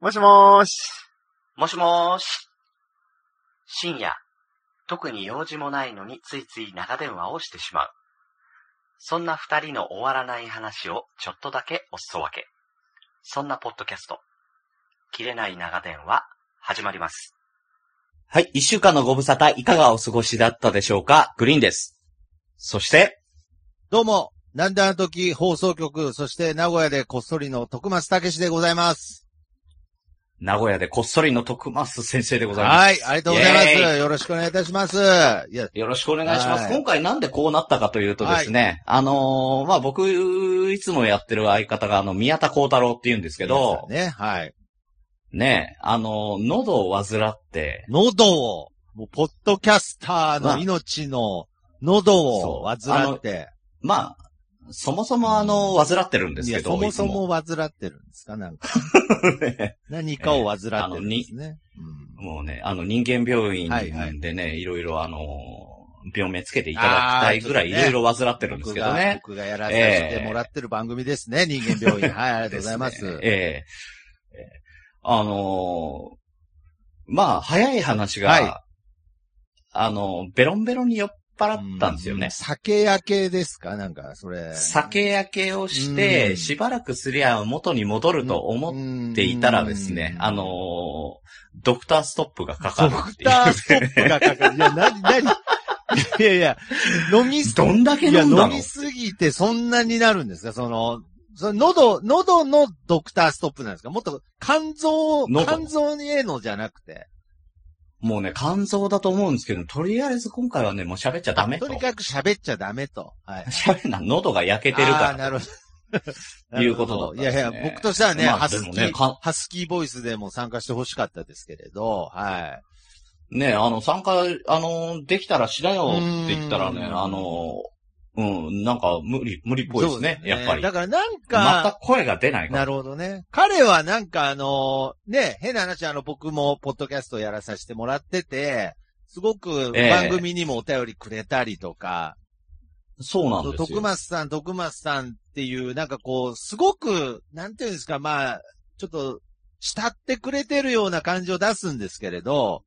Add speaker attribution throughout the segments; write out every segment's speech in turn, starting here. Speaker 1: もしもーし。
Speaker 2: もしもーし。深夜、特に用事もないのについつい長電話をしてしまう。そんな二人の終わらない話をちょっとだけおすそ分け。そんなポッドキャスト、切れない長電話、始まります。はい、一週間のご無沙汰いかがお過ごしだったでしょうかグリーンです。そして、
Speaker 3: どうも、なんだあの時放送局、そして名古屋でこっそりの徳松武史でございます。
Speaker 2: 名古屋でこっそりの徳松先生でございます。
Speaker 3: はい、ありがとうございま
Speaker 2: イ
Speaker 3: す。よろしくお願いいたします。いや、
Speaker 2: よろしくお願いします。
Speaker 3: はい
Speaker 2: 今回なんでこうなったかというとですね、あのーまあ、僕、いつもやってる相方が、あの、宮田幸太郎って言うんですけど、
Speaker 3: 皆さんね、はい。
Speaker 2: ね、あのー喉を患って、
Speaker 3: 喉を、もう、ポッドキャスターの命の喉を患って、
Speaker 2: まあ、そもそもあの、患ってるんです
Speaker 3: い
Speaker 2: け
Speaker 3: や、
Speaker 2: ど、
Speaker 3: そもそも
Speaker 2: い
Speaker 3: 患ってるんですかなんか、
Speaker 2: つもね
Speaker 3: 何かを患ってるんですね。うん
Speaker 2: もう ね、あの、人間病院
Speaker 3: はいはい
Speaker 2: でね、いろいろあのー病名つけていただきたいぐらい、い
Speaker 3: あーちょっとね
Speaker 2: ろいろ患ってるんです
Speaker 3: 僕
Speaker 2: けど
Speaker 3: が、
Speaker 2: ね。
Speaker 3: 僕がやらさせてもらってる番組ですね、人間病院。はい、ありがとうござい ま
Speaker 2: ですね。ええええあのーまあ、早い話が、
Speaker 3: はい
Speaker 2: あの、ベロンベロンに酔っ払ったんですよ
Speaker 3: う
Speaker 2: ね。
Speaker 3: 酒焼けですかなんか、それ。
Speaker 2: 酒焼けをし
Speaker 3: う
Speaker 2: て、
Speaker 3: ん
Speaker 2: しばらくすりゃ元に戻ると思っていたらですね、
Speaker 3: うん
Speaker 2: あのードクターストップがかかるってい
Speaker 3: ドクタースト
Speaker 2: う、
Speaker 3: ップがかかる。いや、なに、なに。いやいや、飲みす、
Speaker 2: どんだけ
Speaker 3: いや、
Speaker 2: 飲んだ
Speaker 3: 飲
Speaker 2: の
Speaker 3: みすぎてそんなになるんですかその、その喉、喉のドクターストップなんですかもっと肝臓、
Speaker 2: 喉
Speaker 3: 肝臓にえのじゃなくて。
Speaker 2: もうね、肝臓だと思うんですけど、とりあえず今回はね、もう喋っちゃダメ
Speaker 3: と
Speaker 2: と。
Speaker 3: にかく喋っちゃダメと。はい。
Speaker 2: 喋んな、喉が焼けてる
Speaker 3: あ
Speaker 2: か
Speaker 3: ー
Speaker 2: ら。
Speaker 3: なるほど。
Speaker 2: いうことだったんですね
Speaker 3: いやいや、僕としてはね、
Speaker 2: まあ
Speaker 3: ハスキ
Speaker 2: でもね
Speaker 3: ー、
Speaker 2: か
Speaker 3: ハスキーボイスでも参加してほしかったですけれど、はい。
Speaker 2: ね、あの、参加、あの、できたらしなよって言ったらね、
Speaker 3: うーん
Speaker 2: あの、うん、なんか無理、無理っぽいですね、
Speaker 3: そう
Speaker 2: やっぱり。
Speaker 3: だからなん
Speaker 2: ま
Speaker 3: か、
Speaker 2: た声が出ないか
Speaker 3: な
Speaker 2: ら。
Speaker 3: るほどね。彼はなんかあの、ね、変な話、あの、僕もポッドキャストやらさせてもらってて、すごく
Speaker 2: ええ
Speaker 3: 番組にもお便りくれたりとか、
Speaker 2: そうなん
Speaker 3: そう
Speaker 2: です
Speaker 3: 徳
Speaker 2: よ。
Speaker 3: 松さん、徳松さんっていう、なんかこう、すごく、なんていうんですか、まあ、ちょっと、慕ってくれてるような感じを出すんですけれど、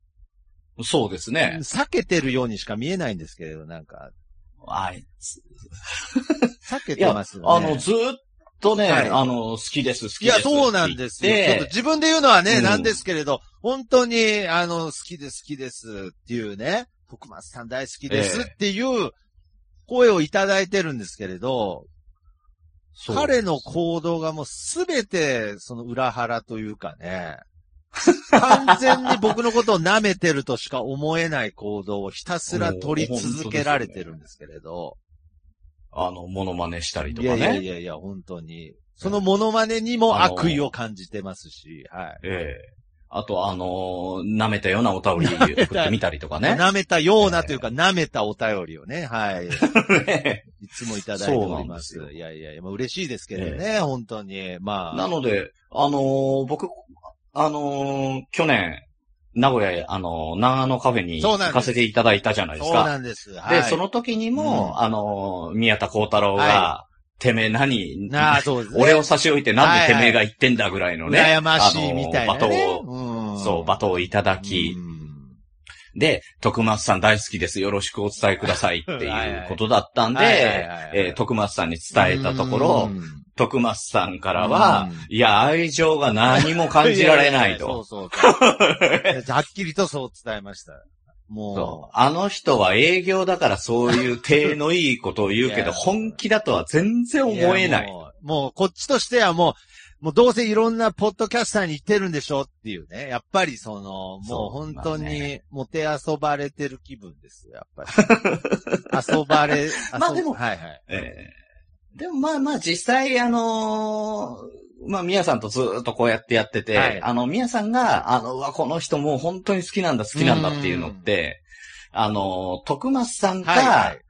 Speaker 2: そうですね。
Speaker 3: 避けてるようにしか見えないんですけれど、なんか、
Speaker 2: あいつ。
Speaker 3: 避けてますよ
Speaker 2: あ
Speaker 3: ね。
Speaker 2: の、ずーっとね、
Speaker 3: はい
Speaker 2: あの、好きです、好
Speaker 3: い
Speaker 2: きで
Speaker 3: や、
Speaker 2: す。
Speaker 3: そうなんですよ。ちょっと
Speaker 2: で、
Speaker 3: 自分で言うのはね、
Speaker 2: うん
Speaker 3: なんですけれど、本当に、あの、好きです、好きですっていうね、徳松さん大好きですっていう声をいただいてるんですけれど、
Speaker 2: そう
Speaker 3: 彼の行動がもうすべて、その裏腹というかね、完全に僕のことを舐めてるとしか思えない行動をひたすら取り続けられてるんですけれど、
Speaker 2: あの、モノマネしたりと
Speaker 3: い
Speaker 2: か
Speaker 3: や
Speaker 2: ね。
Speaker 3: いやいやいや、本当に。そのモノマネにも悪意を感じてますし、はい。
Speaker 2: ええあと、あの、舐めたようなお便り作ってみたりとか ね。
Speaker 3: 舐めたようなというか、舐めたお便りをね、 はい。い
Speaker 2: ね
Speaker 3: つもいただいておりま
Speaker 2: そ
Speaker 3: す
Speaker 2: うなん。です
Speaker 3: いやいやいや、まあ嬉しいですけどね、本当に。ま
Speaker 2: な
Speaker 3: あ、
Speaker 2: ので、あのー僕、あのー去年、名古屋へ、あのー長野カフェに
Speaker 3: そ
Speaker 2: 行
Speaker 3: うなんです
Speaker 2: かせていただいたじゃないで
Speaker 3: そ
Speaker 2: す
Speaker 3: う
Speaker 2: か。
Speaker 3: なんです。は
Speaker 2: で、
Speaker 3: い。
Speaker 2: そ、の時にも、
Speaker 3: うん
Speaker 2: あのー宮田幸太郎が、
Speaker 3: は
Speaker 2: てめえ何、
Speaker 3: なあ、そうですね。
Speaker 2: 俺を差し置いてなん
Speaker 3: はい
Speaker 2: で
Speaker 3: はい
Speaker 2: てめえが言ってんだぐらいのね。
Speaker 3: 羨ましいみたいな、
Speaker 2: あの
Speaker 3: ね。
Speaker 2: ー罵
Speaker 3: うん
Speaker 2: 倒、そう、罵倒いただき、
Speaker 3: うん
Speaker 2: で、徳松さん大好きです。よろしくお伝えくださいっていうことだったんで、
Speaker 3: はいはいはいはい
Speaker 2: えー徳松さんに伝えたところ、
Speaker 3: うん
Speaker 2: 徳松さんからは、
Speaker 3: う
Speaker 2: いや、愛情が何も感じられない
Speaker 3: ややや
Speaker 2: と。
Speaker 3: そうそう そう。はっきりとそう伝えました。
Speaker 2: そ
Speaker 3: も
Speaker 2: うあの人は営業だからそういう体の いいことを言うけ
Speaker 3: いや
Speaker 2: ど、本気だとは全然
Speaker 3: う。
Speaker 2: 思えないい。
Speaker 3: やもう。もう、こっちとしてはもう、もうどうせいろんなポッドキャスターに言ってるんでしょっていうね。やっぱりその、も
Speaker 2: そうう
Speaker 3: 本当
Speaker 2: まあ
Speaker 3: に、もてあそばれてる気分ですよ、やっ ぱり。遊ばれ、
Speaker 2: まあ
Speaker 3: 遊
Speaker 2: でも
Speaker 3: はいはい。
Speaker 2: ええでもまあまあ実際あのーまあ、宮さんとずっとこうやってやってて、
Speaker 3: はい
Speaker 2: あの、宮さんが、あの、うわ、この人もう本当に好きなんだ、好きなんだっていうのって、あの、徳松さんが、
Speaker 3: はいはい。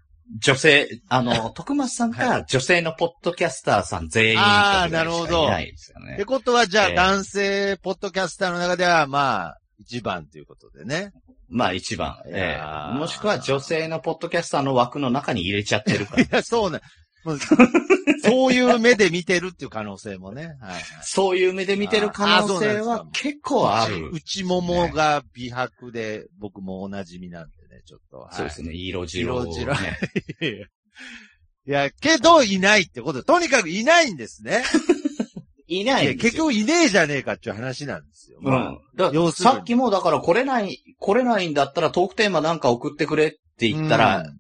Speaker 2: 女性、あの、徳松さん
Speaker 3: は
Speaker 2: が女性のポッドキャスターさん全員と
Speaker 3: あー
Speaker 2: ぐらいしかいないですよ
Speaker 3: っ
Speaker 2: ね
Speaker 3: て。ことは、じゃあ、
Speaker 2: ええ
Speaker 3: 男性ポッドキャスターの中では、まあ、一番ということ でね。
Speaker 2: まあ一番。
Speaker 3: い
Speaker 2: え
Speaker 3: やー
Speaker 2: えもしくは女性のポッドキャスターの枠の中に入れちゃってるから。
Speaker 3: いや、そうね。もうそういう目で見てるっていう可能性もね。はいはい
Speaker 2: そういう目で見てる可能性
Speaker 3: あそうなん
Speaker 2: は
Speaker 3: で
Speaker 2: 結構ある。
Speaker 3: 内ももが美白で、僕もお馴染みなんでね、ちょっと。はい
Speaker 2: そうですね。色白、ね。
Speaker 3: 色白いや、けど、いないってこと。とにかくいないんですね。
Speaker 2: いないい
Speaker 3: や
Speaker 2: んです
Speaker 3: 結
Speaker 2: よ。
Speaker 3: 局いねえじゃねえかっていう話なんですよ。
Speaker 2: う
Speaker 3: まあ
Speaker 2: ん。だ
Speaker 3: 要するに
Speaker 2: さっきもだから来れない、来れないんだったらトークテーマなんか送ってくれって言ったら、
Speaker 3: うん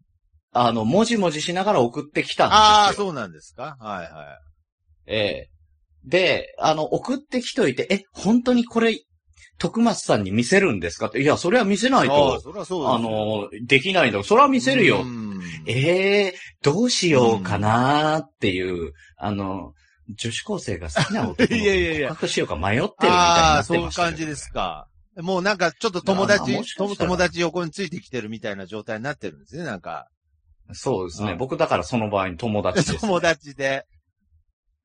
Speaker 2: あの、もじもじしながら送ってきたんですよ。
Speaker 3: ああ、そうなんですかはいは。
Speaker 2: ええ。で、あの、送ってきといて、え、本当にこれ、徳松さんに見せるんですかって、いや、それは見せないい
Speaker 3: ああ、
Speaker 2: と、
Speaker 3: そりゃそうですよ
Speaker 2: あ、の、できないんだ。それは見せるよ。
Speaker 3: うん
Speaker 2: ええどうしようかなーっていう、あの、女子高生が好きな男の子
Speaker 3: いやいやい
Speaker 2: に
Speaker 3: や
Speaker 2: 告白しようか迷ってるみたいに
Speaker 3: あ
Speaker 2: な
Speaker 3: あ、
Speaker 2: っ
Speaker 3: そう
Speaker 2: て
Speaker 3: いう
Speaker 2: ましたよ
Speaker 3: 感じですか。もうなんかちょっと友
Speaker 2: あーも
Speaker 3: 達
Speaker 2: し、か
Speaker 3: 友
Speaker 2: したら
Speaker 3: 友達横についてきてるみたいな状態になってるんですね、なんか。
Speaker 2: そうです
Speaker 3: あ
Speaker 2: ね。
Speaker 3: ー
Speaker 2: 僕だからその場合に友達です。
Speaker 3: 友達で。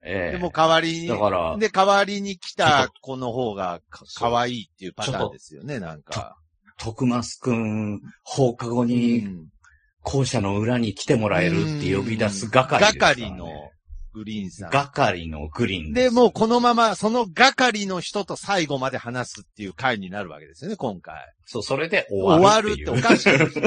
Speaker 2: ええ
Speaker 3: でも代わり
Speaker 2: だから
Speaker 3: に、、で、代わりに来
Speaker 2: ちょった
Speaker 3: 子の方がか
Speaker 2: そう
Speaker 3: 可愛いっていうパターンですよね、なんか。
Speaker 2: 徳松くん、放課後
Speaker 3: う
Speaker 2: に
Speaker 3: ん
Speaker 2: 校舎の裏に来てもらえるって呼び出す係ですから、ね。
Speaker 3: 係のグリーンさん。
Speaker 2: 係のグリーン
Speaker 3: で、
Speaker 2: す
Speaker 3: もうこのまま、その係の人と最後まで話すっていう回になるわけですよね、今回。
Speaker 2: そう、それで終
Speaker 3: 終
Speaker 2: わ
Speaker 3: わ
Speaker 2: るっ
Speaker 3: る
Speaker 2: て
Speaker 3: っ
Speaker 2: い
Speaker 3: て
Speaker 2: う。
Speaker 3: おかしいですよ。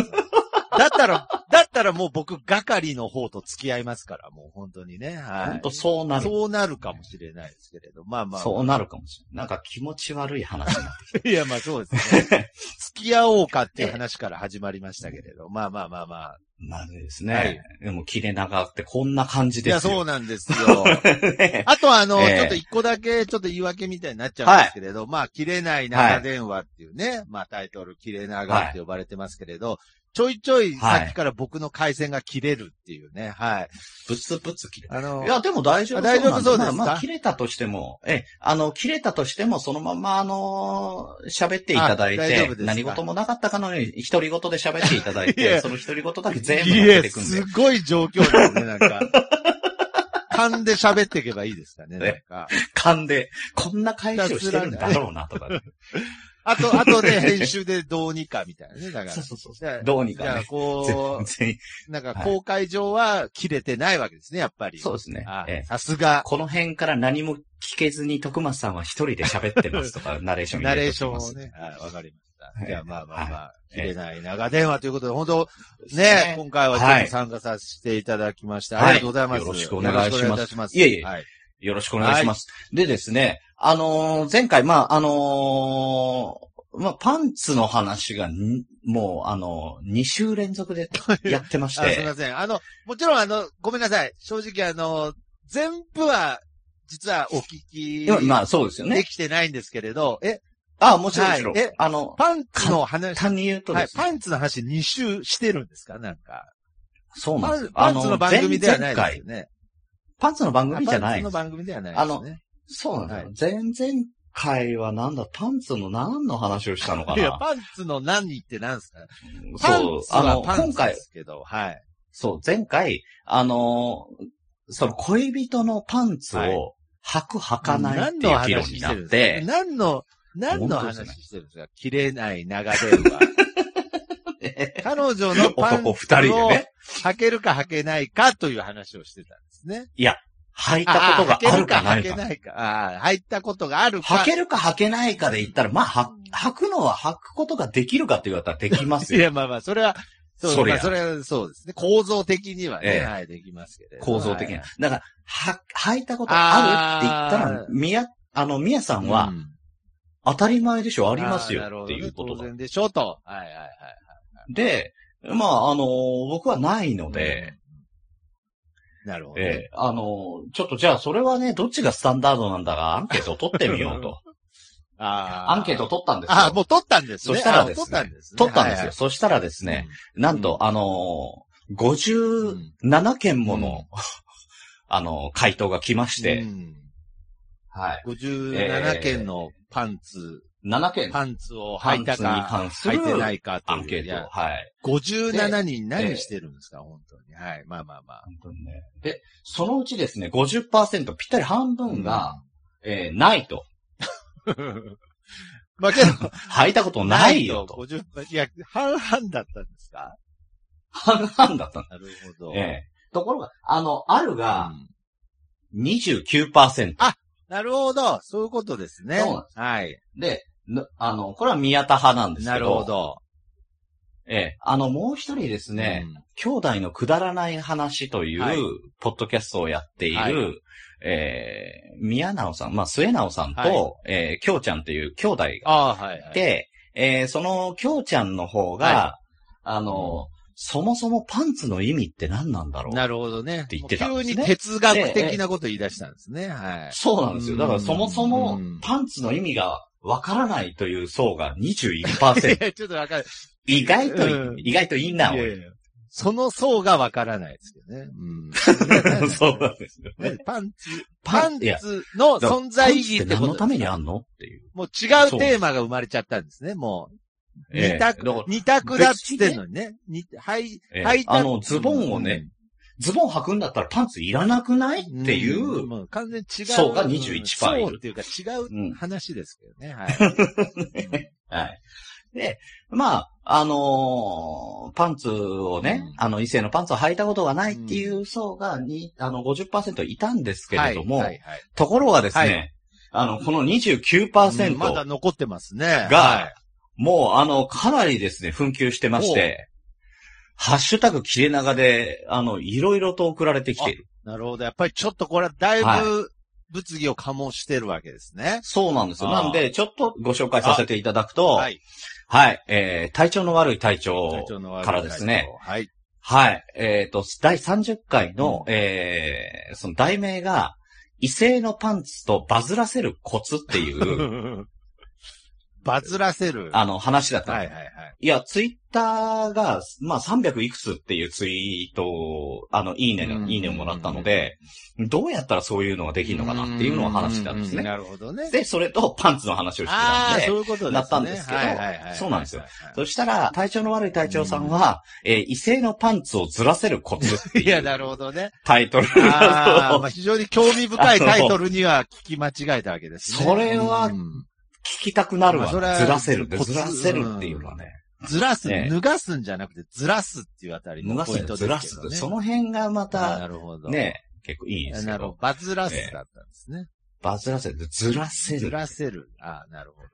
Speaker 3: だったら、だったらもう僕、係の方と付き合いますから、もう本当にね。はい。
Speaker 2: 本当そうなる。
Speaker 3: そうなるかもしれないですけれど、まあまあ。
Speaker 2: そうなるかもしれない。なんか気持ち悪い話になってき
Speaker 3: いや、まあそうです ね。付き合おうかっていう話から始まりましたけれど、まあまあまあまあ。
Speaker 2: た。なるですね。
Speaker 3: はい
Speaker 2: でも切れ長ってこんな感じ
Speaker 3: い
Speaker 2: です
Speaker 3: や、
Speaker 2: よ。
Speaker 3: そうなんです よ。
Speaker 2: ね
Speaker 3: あとあの、
Speaker 2: ええ
Speaker 3: ちょっと一個だけ、ちょっと言い訳みたいになっちゃうんですけれど、まあ、切れない長電話っていうね、まあタイトル、切れ長って呼ばれてますけれど、ちょいちょい
Speaker 2: はい
Speaker 3: さっきから僕の回線が切れるっていうね、はい。
Speaker 2: ぶつぶつ切れ
Speaker 3: あの、
Speaker 2: いや、でも大丈夫
Speaker 3: あ大丈夫そう
Speaker 2: なん
Speaker 3: です
Speaker 2: まあ
Speaker 3: か
Speaker 2: まあ、切れたとしても、ええ、あの、切れたとしても、そのまま、あのー喋っていただい
Speaker 3: あ大丈夫
Speaker 2: て
Speaker 3: です、か
Speaker 2: 何事もなかったかのように、独り言で喋っていただい
Speaker 3: い
Speaker 2: て、
Speaker 3: や
Speaker 2: その独り言だけ全部
Speaker 3: い
Speaker 2: やっ
Speaker 3: や
Speaker 2: ていくん
Speaker 3: す
Speaker 2: で。
Speaker 3: ごい状況ですね、な んか。噛んで喋っていけばいいですかね、なんか。
Speaker 2: 噛んで、こんな返しをしてるんだろうな、とかね。
Speaker 3: あと、あとで編集でどうにかみたいなね、だか
Speaker 2: そう
Speaker 3: ら。
Speaker 2: そうそう
Speaker 3: じゃあ
Speaker 2: どうにか
Speaker 3: じゃあ、
Speaker 2: ね。
Speaker 3: こ
Speaker 2: 全然、
Speaker 3: う、なんか公開上は切れてないわけですね、やっぱり。
Speaker 2: そうですね。
Speaker 3: あ
Speaker 2: ええ
Speaker 3: さすが。
Speaker 2: この辺から何も聞けずに徳松さんは一人で喋ってますとか、ナレーション
Speaker 3: ナ
Speaker 2: 入
Speaker 3: レー
Speaker 2: れ
Speaker 3: シ
Speaker 2: て
Speaker 3: ョン
Speaker 2: ま
Speaker 3: を
Speaker 2: す。
Speaker 3: ね。はい、わかりまし
Speaker 2: は
Speaker 3: た。
Speaker 2: い
Speaker 3: じゃあまあまあまあ、
Speaker 2: い
Speaker 3: 切れない長電話ということで、本当
Speaker 2: そうです
Speaker 3: ね、今回はちょっと参加させていただきました。
Speaker 2: はい
Speaker 3: ありがとうございます。
Speaker 2: よろしくお願いします
Speaker 3: よろくお願いた
Speaker 2: いえいえ
Speaker 3: はい。
Speaker 2: よろしくお願いします。でですね、あのー前回、まあ、あのーまあ、パンツの話がに、もう、あのー、2週連続でやってまし
Speaker 3: あすみ
Speaker 2: て、
Speaker 3: ません。あの、もちろんあの、ごめんなさい。正直あの、全部は、実はお聞き
Speaker 2: 今まあ、そうですよ
Speaker 3: で
Speaker 2: ね。
Speaker 3: きてないんですけれど、え、
Speaker 2: あ、もちろん、もちろん。
Speaker 3: はいえ
Speaker 2: あの、
Speaker 3: パンツの話、
Speaker 2: 単に言うと
Speaker 3: は
Speaker 2: で
Speaker 3: い、
Speaker 2: すね、
Speaker 3: パンツの話2周してるんですかなんか。
Speaker 2: そうなん
Speaker 3: パ
Speaker 2: です
Speaker 3: ン
Speaker 2: よ。
Speaker 3: パンツの番組ではな
Speaker 2: 前
Speaker 3: い
Speaker 2: 々回
Speaker 3: ですよね。
Speaker 2: パンツの番組じゃない
Speaker 3: あパンツ
Speaker 2: で
Speaker 3: の
Speaker 2: す。
Speaker 3: 番組ではないですよね。
Speaker 2: そうなんですよ。前々回はなんだ、パンツの何の話をしたのか
Speaker 3: いや、
Speaker 2: な。
Speaker 3: パンツの何って何ですかパン
Speaker 2: そう、
Speaker 3: ツ
Speaker 2: あ
Speaker 3: は
Speaker 2: の、
Speaker 3: パン
Speaker 2: 今
Speaker 3: ツで
Speaker 2: 回、
Speaker 3: すけど、はい。
Speaker 2: そう、前回、あのーその恋人のパンツ
Speaker 3: はい
Speaker 2: を履く履かないっていう議論になっ
Speaker 3: ん
Speaker 2: て、
Speaker 3: ですか何の、何の
Speaker 2: 本当ですね
Speaker 3: 話してるんですか切れない長 電話。彼女のパン
Speaker 2: 男
Speaker 3: ツ
Speaker 2: 二人で
Speaker 3: を
Speaker 2: ね、
Speaker 3: 履けるか履けないかという話をしてたんですね。
Speaker 2: 履いたことがあるか
Speaker 3: あ
Speaker 2: な
Speaker 3: 履
Speaker 2: い
Speaker 3: け
Speaker 2: か
Speaker 3: るか履け。ないか。ああ、履いたことがあるか。
Speaker 2: 履けるか履けないかで言ったら、まあ、は履くのは履くことができるかって言われたらできます
Speaker 3: い
Speaker 2: よ。
Speaker 3: や、まあまあ、それは、そう、
Speaker 2: そりゃ
Speaker 3: まあそれはそうですね。構造的にはね、
Speaker 2: ええ
Speaker 3: はい、できますけれど。
Speaker 2: 構造的
Speaker 3: は。。
Speaker 2: ないだから、は、履いたことあるって言ったら
Speaker 3: あー、
Speaker 2: みや、あの、みやさんは、
Speaker 3: うん
Speaker 2: 当たり前でしょ、ありますよ
Speaker 3: ああなるほ
Speaker 2: っ
Speaker 3: ど
Speaker 2: て
Speaker 3: ね
Speaker 2: いうこと
Speaker 3: 当
Speaker 2: だ。
Speaker 3: 然でしょうと。はいはいはい。
Speaker 2: で、まあ、あのー僕はないので、
Speaker 3: うん、なるほどね、
Speaker 2: ええ、あの、ちょっとじゃあそれはね、どっちがスタンダードなんだが、アンケートを取ってみようと。
Speaker 3: あ
Speaker 2: アンケートを取ったんですよ。
Speaker 3: あもう取ったんですね。
Speaker 2: そしたらですね
Speaker 3: あ取ったんですね。
Speaker 2: 取ったんですよ。
Speaker 3: はいはい
Speaker 2: そしたらですね、。なんと、あのー、57件もの、
Speaker 3: うん
Speaker 2: あのー、回答が来まし
Speaker 3: う
Speaker 2: て、
Speaker 3: ん
Speaker 2: はい。
Speaker 3: 57件のパンツ、
Speaker 2: 7件、
Speaker 3: パンツを
Speaker 2: パ
Speaker 3: 履
Speaker 2: ン
Speaker 3: い
Speaker 2: ツ
Speaker 3: た
Speaker 2: に
Speaker 3: か、
Speaker 2: 関す
Speaker 3: 履
Speaker 2: る
Speaker 3: いてないかと
Speaker 2: ア
Speaker 3: いう。
Speaker 2: ンケ
Speaker 3: い
Speaker 2: ー
Speaker 3: や
Speaker 2: ト。はい。
Speaker 3: 57人何してるんですか、本当に。はい。まあまあまあ。
Speaker 2: 本当にね。で、そのうちですね、50%、ぴったり半分が、えーないと。
Speaker 3: うん。 まあ けど、
Speaker 2: 履いたことないよと。
Speaker 3: 50いや、半々だったんですか
Speaker 2: 半々だったんだ
Speaker 3: なるほど。
Speaker 2: ええ。ところが、あの、ある
Speaker 3: う
Speaker 2: が
Speaker 3: ん
Speaker 2: 29%。
Speaker 3: なるほど。そういうことですね。
Speaker 2: そうなんで
Speaker 3: はい。
Speaker 2: で、ぬあの、これは宮田派なんですけど。
Speaker 3: なるほ。ど。
Speaker 2: ええ。あの、もう一人ですね、兄弟のくだらない話という、
Speaker 3: はい
Speaker 2: ポッドキャストをやっている、
Speaker 3: はい
Speaker 2: ええ宮直さん、まあ、末直さんと、
Speaker 3: はい
Speaker 2: ええ京ちゃんっていう兄弟が
Speaker 3: ああー、はい、はい
Speaker 2: い。て、ええその京ちゃんの方が、
Speaker 3: は
Speaker 2: あの、そもそもパンツの意味って何なんだろう
Speaker 3: なるほどね。
Speaker 2: って言ってたんですね
Speaker 3: 急に哲学的なこと言い出したんですね。はい。
Speaker 2: そうなんですよ。だからそもそも
Speaker 3: うん
Speaker 2: パンツの意味がわからないという層が
Speaker 3: い
Speaker 2: 21%。
Speaker 3: や、ちょっとわかる。
Speaker 2: 意外とい、
Speaker 3: うん
Speaker 2: 意外といいな、
Speaker 3: いや
Speaker 2: 俺。
Speaker 3: いやその層がわからないですけどね。うん
Speaker 2: そうなんですよ。
Speaker 3: ねパンツ、
Speaker 2: パ
Speaker 3: パ
Speaker 2: ン
Speaker 3: ン
Speaker 2: いや
Speaker 3: ツの
Speaker 2: だから
Speaker 3: 存在意義って
Speaker 2: パンツ何
Speaker 3: こ
Speaker 2: の
Speaker 3: と
Speaker 2: た。めにあんのっていう。
Speaker 3: もう違うテーマが生まれちゃったんですね、もう。二択、
Speaker 2: ええだから
Speaker 3: 二択だっつってんのにね。にはい、
Speaker 2: ええ
Speaker 3: はい、
Speaker 2: あの、ズボンをね、ズボン履くんだったらパンツいらなくないっ
Speaker 3: うん、、
Speaker 2: ていううん
Speaker 3: もう完全に違う。
Speaker 2: 層が21%いる
Speaker 3: そうっていうか
Speaker 2: う
Speaker 3: 違
Speaker 2: ん
Speaker 3: う話ですけどね、はい。
Speaker 2: はい。で、まあ、あのーパンツをね、
Speaker 3: うん
Speaker 2: あの、異性のパンツを履いたことがないっていう層がに、あの、50%いたんです けれども、
Speaker 3: はいはいはい
Speaker 2: ところがですね、
Speaker 3: は
Speaker 2: あの、この29%、
Speaker 3: うんまだ残ってますね。
Speaker 2: が
Speaker 3: はい
Speaker 2: もう、あの、かなりですね、紛糾してまして、ハッシュタグ切れ長で、あの、いろいろと送られてきている。
Speaker 3: なるほど。やっぱりちょっとこれはだい
Speaker 2: は
Speaker 3: ぶ物議を醸してるわけですね。
Speaker 2: そうなんですよ。
Speaker 3: あー
Speaker 2: なんで、ちょっとご紹介させていただくと、はい、
Speaker 3: い。
Speaker 2: えー、体調の悪い体調。
Speaker 3: 体調の悪い
Speaker 2: からですね
Speaker 3: 体調。はい。
Speaker 2: はい、えっ、と、第30回の、えー、その題名が、異性のパンツとバズらせるコツって いう、
Speaker 3: バズらせる。
Speaker 2: あの、話だったんです
Speaker 3: はいはいはい。
Speaker 2: いや、ツイッターが、まあ、300いくつっていうツイートを、あの、いいねが、
Speaker 3: うん
Speaker 2: いいねをもらったので、どうやったらそういうのができるのかなっていうのを話したんです
Speaker 3: うう
Speaker 2: ね。
Speaker 3: うなるほどね。
Speaker 2: で、それとパンツの話をして
Speaker 3: あ
Speaker 2: たん
Speaker 3: あ、そ
Speaker 2: で、
Speaker 3: ういうことですね。
Speaker 2: なったんですけど
Speaker 3: はいはいはい
Speaker 2: そうなんですよ
Speaker 3: はいはいは
Speaker 2: そしたら、体調の悪い体調さんは、えー異性のパンツをずらせるコツって
Speaker 3: いい
Speaker 2: い
Speaker 3: や、な
Speaker 2: う
Speaker 3: るほどね。
Speaker 2: タイトル
Speaker 3: ああ、ま
Speaker 2: が、
Speaker 3: あ非常に興味深いタイトルには聞き間違えたわけですね。
Speaker 2: それは
Speaker 3: うん
Speaker 2: 聞きたくなるわ。
Speaker 3: まあ
Speaker 2: ず
Speaker 3: それは
Speaker 2: らせるって、
Speaker 3: コツ
Speaker 2: ずらせるっていうのはね、
Speaker 3: ずらす、
Speaker 2: ええ
Speaker 3: 脱がすんじゃなくてずらすっていうあたり
Speaker 2: 脱
Speaker 3: の
Speaker 2: が
Speaker 3: ポイ
Speaker 2: す
Speaker 3: ントです
Speaker 2: ず
Speaker 3: けど
Speaker 2: ら
Speaker 3: ね。
Speaker 2: す。その辺がま
Speaker 3: あー
Speaker 2: た
Speaker 3: な、るほど。
Speaker 2: ね、結構いいんですけ
Speaker 3: なるほ
Speaker 2: ど
Speaker 3: ど。、バズらすだったんですね。
Speaker 2: バズらせるって、ずらせ
Speaker 3: ず
Speaker 2: る。
Speaker 3: らせる。ああ、なるほど。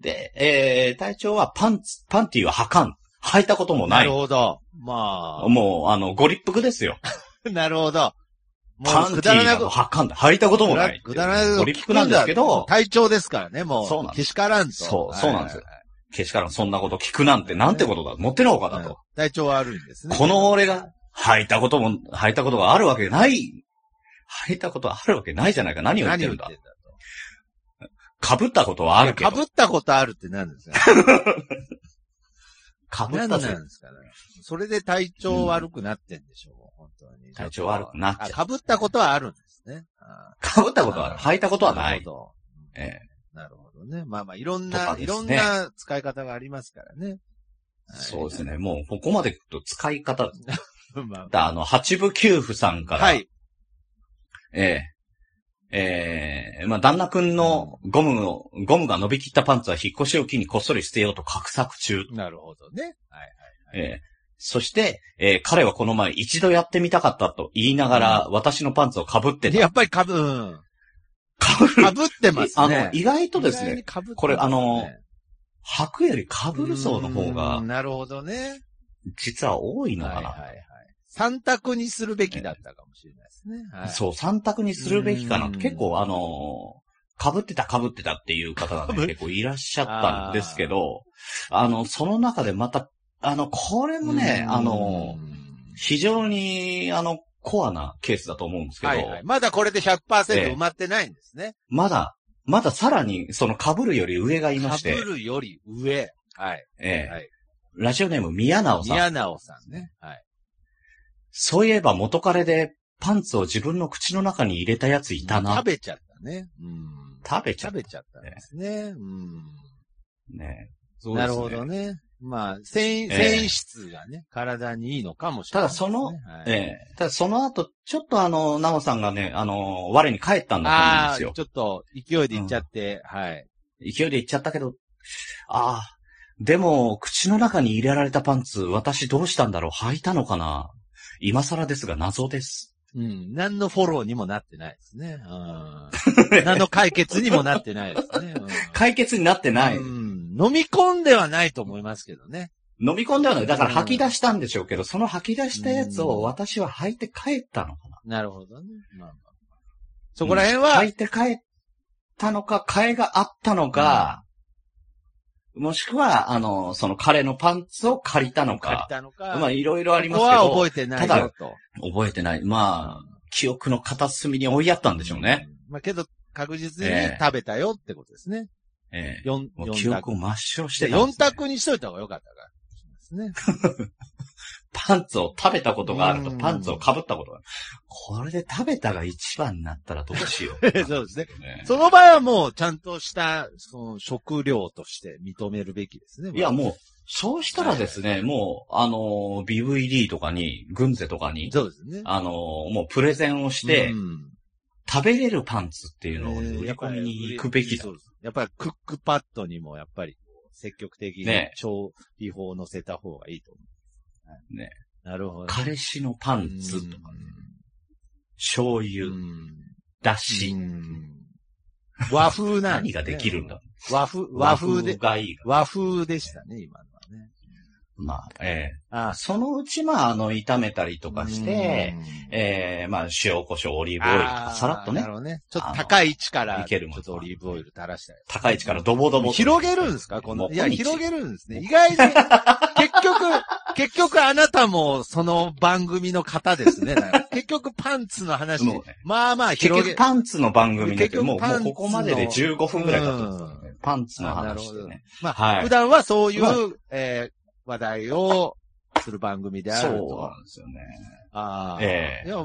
Speaker 2: で、えー、隊長はパンツ、パンティーは履かん。履いたこともな。
Speaker 3: ないるほど。ま
Speaker 2: もう、あの、ご立腹ですよ。
Speaker 3: あ、なるほど。も
Speaker 2: パンティーなど履かんだ。履いたこともない。
Speaker 3: くだらない
Speaker 2: ご立腹なんですけど、
Speaker 3: 体調ですからね、もう。
Speaker 2: そうなんです
Speaker 3: けしからんと。
Speaker 2: そう
Speaker 3: はい
Speaker 2: そうなんですよけしからんそんなこと聞くなんて、なんてことだ。持ってのほかだ
Speaker 3: うん
Speaker 2: と。
Speaker 3: 体調悪いんですね。
Speaker 2: この俺が、履いたことも、履いたことがあるわけない。履いたことあるわけないじゃないか。何を言っ
Speaker 3: 何
Speaker 2: て
Speaker 3: を
Speaker 2: る
Speaker 3: 言
Speaker 2: ん
Speaker 3: って
Speaker 2: だ
Speaker 3: ん。だ
Speaker 2: 被ったことはある
Speaker 3: と。
Speaker 2: けど。
Speaker 3: かぶったことあるって何ですか
Speaker 2: かぶっ
Speaker 3: 何
Speaker 2: た
Speaker 3: なん
Speaker 2: ぜ
Speaker 3: ですかね。それで体調悪くなってんでしょう、本当に。
Speaker 2: 体調悪くなっちゃう
Speaker 3: かぶったことはあるんですね。あ
Speaker 2: 被ったことはある。履いたことはな
Speaker 3: る
Speaker 2: い。
Speaker 3: ほど。
Speaker 2: ええ
Speaker 3: なるほどね。まあまあ、いろん
Speaker 2: とか
Speaker 3: な、
Speaker 2: ですね
Speaker 3: いろんな使い方がありますからね。はい
Speaker 2: そうです。ね。もう、ここまで来ると使い方。
Speaker 3: ま
Speaker 2: だあの、八部九夫さん
Speaker 3: あ、
Speaker 2: から、
Speaker 3: はい。
Speaker 2: ええ。ええまあ、旦那くんのゴムを、ゴムが伸びきったパンツは引っ越しを機にこっそり捨てようと画策中。
Speaker 3: なるほどね。はい
Speaker 2: ええそして、ええ彼はこの前一度やってみたかったと言いながら、私のパンツを被って
Speaker 3: で
Speaker 2: た。
Speaker 3: やっぱりかぶ、うん。
Speaker 2: 被る。
Speaker 3: かぶってます
Speaker 2: あ
Speaker 3: ね
Speaker 2: の、。意外とです
Speaker 3: 意
Speaker 2: ね
Speaker 3: 外に、被ってますね
Speaker 2: これあの、履くより被る層の方
Speaker 3: う
Speaker 2: が
Speaker 3: ん、なるほどね。
Speaker 2: 実は多いの
Speaker 3: はい
Speaker 2: か
Speaker 3: はい
Speaker 2: な。
Speaker 3: はい。三択にするべきだったかもしれないですね。はい。
Speaker 2: そう、三択にするべきかな
Speaker 3: う。ん
Speaker 2: 結構あのー被ってた被ってたっていう方が、
Speaker 3: 被
Speaker 2: ね、
Speaker 3: っ
Speaker 2: 結構いらっしゃったんですけど、あの、その中でまた、あの、これもね、あのー非常に、あの、コアなケースだと思うんですけど、
Speaker 3: はいはい。まだこれで100%
Speaker 2: ええ
Speaker 3: 埋まってないんですね。
Speaker 2: まだ、まださらに、その被るより上がいまし
Speaker 3: 被
Speaker 2: て、
Speaker 3: るより上。はい。
Speaker 2: ええ
Speaker 3: はい
Speaker 2: ラジオネーム宮直さん。
Speaker 3: 宮直さんね。はい。
Speaker 2: そういえば元彼でパンツを自分の口の中に入れたやついたな
Speaker 3: 食。べちゃったね。うん。
Speaker 2: 食べちゃっ
Speaker 3: 食べちゃったんですね。う
Speaker 2: たね。
Speaker 3: ん。なるほどね。まあ、繊維、
Speaker 2: ええ
Speaker 3: 繊維質がね、体にいいのかもしれないですね、
Speaker 2: ただその
Speaker 3: はい、
Speaker 2: ええ。ただその後、ちょっとあの、なおさんがね、あの、我に帰ったんだ
Speaker 3: ああ、
Speaker 2: と
Speaker 3: ち
Speaker 2: 思
Speaker 3: ょ
Speaker 2: うん
Speaker 3: っと勢いでいっちゃって、はい。
Speaker 2: ですよ。勢いで言っちゃったけど、ああ、でも、口の中に入れられたパンツ、私どうしたんだろう履いたのかな今更ですが謎です。
Speaker 3: うん。何のフォローにもなってないですね。 うん。何の解決にもなってないですね。うん
Speaker 2: 解決になってない。
Speaker 3: うん。飲み込んではないと思いますけどね。
Speaker 2: 飲み込んではない。だから吐き出したんでしょうけど、その吐き出したやつを私は吐いて帰ったのかな。
Speaker 3: なるほどね。まあまあまあ、そこら辺は、
Speaker 2: うん吐いて帰ったのか、替えがあったのか、もしくは、あの、その彼のパンツを借りたの
Speaker 3: 借り
Speaker 2: か、
Speaker 3: たのか。
Speaker 2: まあいろいろありますけ
Speaker 3: こ
Speaker 2: ど、
Speaker 3: こは覚えてない
Speaker 2: た
Speaker 3: よ
Speaker 2: だ
Speaker 3: と。
Speaker 2: 覚えてない。まあ、記憶の片隅に追いやったんでしょうね。
Speaker 3: うん。まあけど、確実に
Speaker 2: ええ
Speaker 3: 食べたよってことですね。
Speaker 2: ええ
Speaker 3: 四
Speaker 2: もう
Speaker 3: 四
Speaker 2: 記憶を
Speaker 3: 択。
Speaker 2: 抹消してたんで
Speaker 3: 4
Speaker 2: すね、
Speaker 3: 択にしといた方がよかった から。ですね。
Speaker 2: パンツを食べたことがあると
Speaker 3: うん
Speaker 2: パンツを被ったことがある。これで食べたが一番になったらどうしよう。
Speaker 3: そうですね。
Speaker 2: ね
Speaker 3: その場合はもう、ちゃんとした、その、食料として認めるべきですね。
Speaker 2: いや、もう、そうしたらですね、もう、あのー、BVD とかに、軍勢とかに、
Speaker 3: そうですね。
Speaker 2: あのー、もうプレゼンをして、
Speaker 3: うん
Speaker 2: 食べれるパンツっていうのを
Speaker 3: えー
Speaker 2: 売り込みに行くべきだ
Speaker 3: やっぱり売りそう。ですやっぱりクックパッドにもやっぱり積極的に
Speaker 2: ね
Speaker 3: 調理法を乗せた方がいいと思う。はい
Speaker 2: ね。
Speaker 3: なるほど。
Speaker 2: 彼氏のパンツとか、醤
Speaker 3: うん。
Speaker 2: 油、
Speaker 3: う
Speaker 2: だし、
Speaker 3: ん和風なん
Speaker 2: 何ができるんだ。
Speaker 3: 和風、和風で、
Speaker 2: がいいが。
Speaker 3: 和風でしたね、今のはね。
Speaker 2: まあ、ええ
Speaker 3: あ、
Speaker 2: そのうち、まあ、あの、炒めたりとかして、
Speaker 3: うん、
Speaker 2: ええまあ、塩、胡椒、オリーブオイルと
Speaker 3: あ
Speaker 2: か、
Speaker 3: ー
Speaker 2: さらっとね
Speaker 3: なる、ほどね。ちょっと高い位置か
Speaker 2: あ
Speaker 3: ら、
Speaker 2: のい
Speaker 3: ち
Speaker 2: け
Speaker 3: ょ
Speaker 2: るもの
Speaker 3: っとオリーブオイル垂らしたり。
Speaker 2: 高い位置からドボドボと。
Speaker 3: 広げるんですか
Speaker 2: も
Speaker 3: この、
Speaker 2: う
Speaker 3: いや、
Speaker 2: 今日
Speaker 3: 広げるんですね。意外に、結局、 結局あなたもその番組の方です ね。なんか結局パンツの話、
Speaker 2: もうね
Speaker 3: まあまあ
Speaker 2: 結
Speaker 3: 広げ
Speaker 2: 局、パンツの番組になって、
Speaker 3: 結局
Speaker 2: もう、も
Speaker 3: パン
Speaker 2: う
Speaker 3: ツの
Speaker 2: ここまでで15分ぐらい経ってますからね。パンツの
Speaker 3: あなる
Speaker 2: 話
Speaker 3: ほ
Speaker 2: で
Speaker 3: ど
Speaker 2: ね。。
Speaker 3: まあ、
Speaker 2: はい
Speaker 3: 普段はそういう、
Speaker 2: まあ
Speaker 3: えー話題をする番組であ
Speaker 2: そ
Speaker 3: る
Speaker 2: う
Speaker 3: と。
Speaker 2: なんですよね。
Speaker 3: ああ、
Speaker 2: ええ
Speaker 3: いや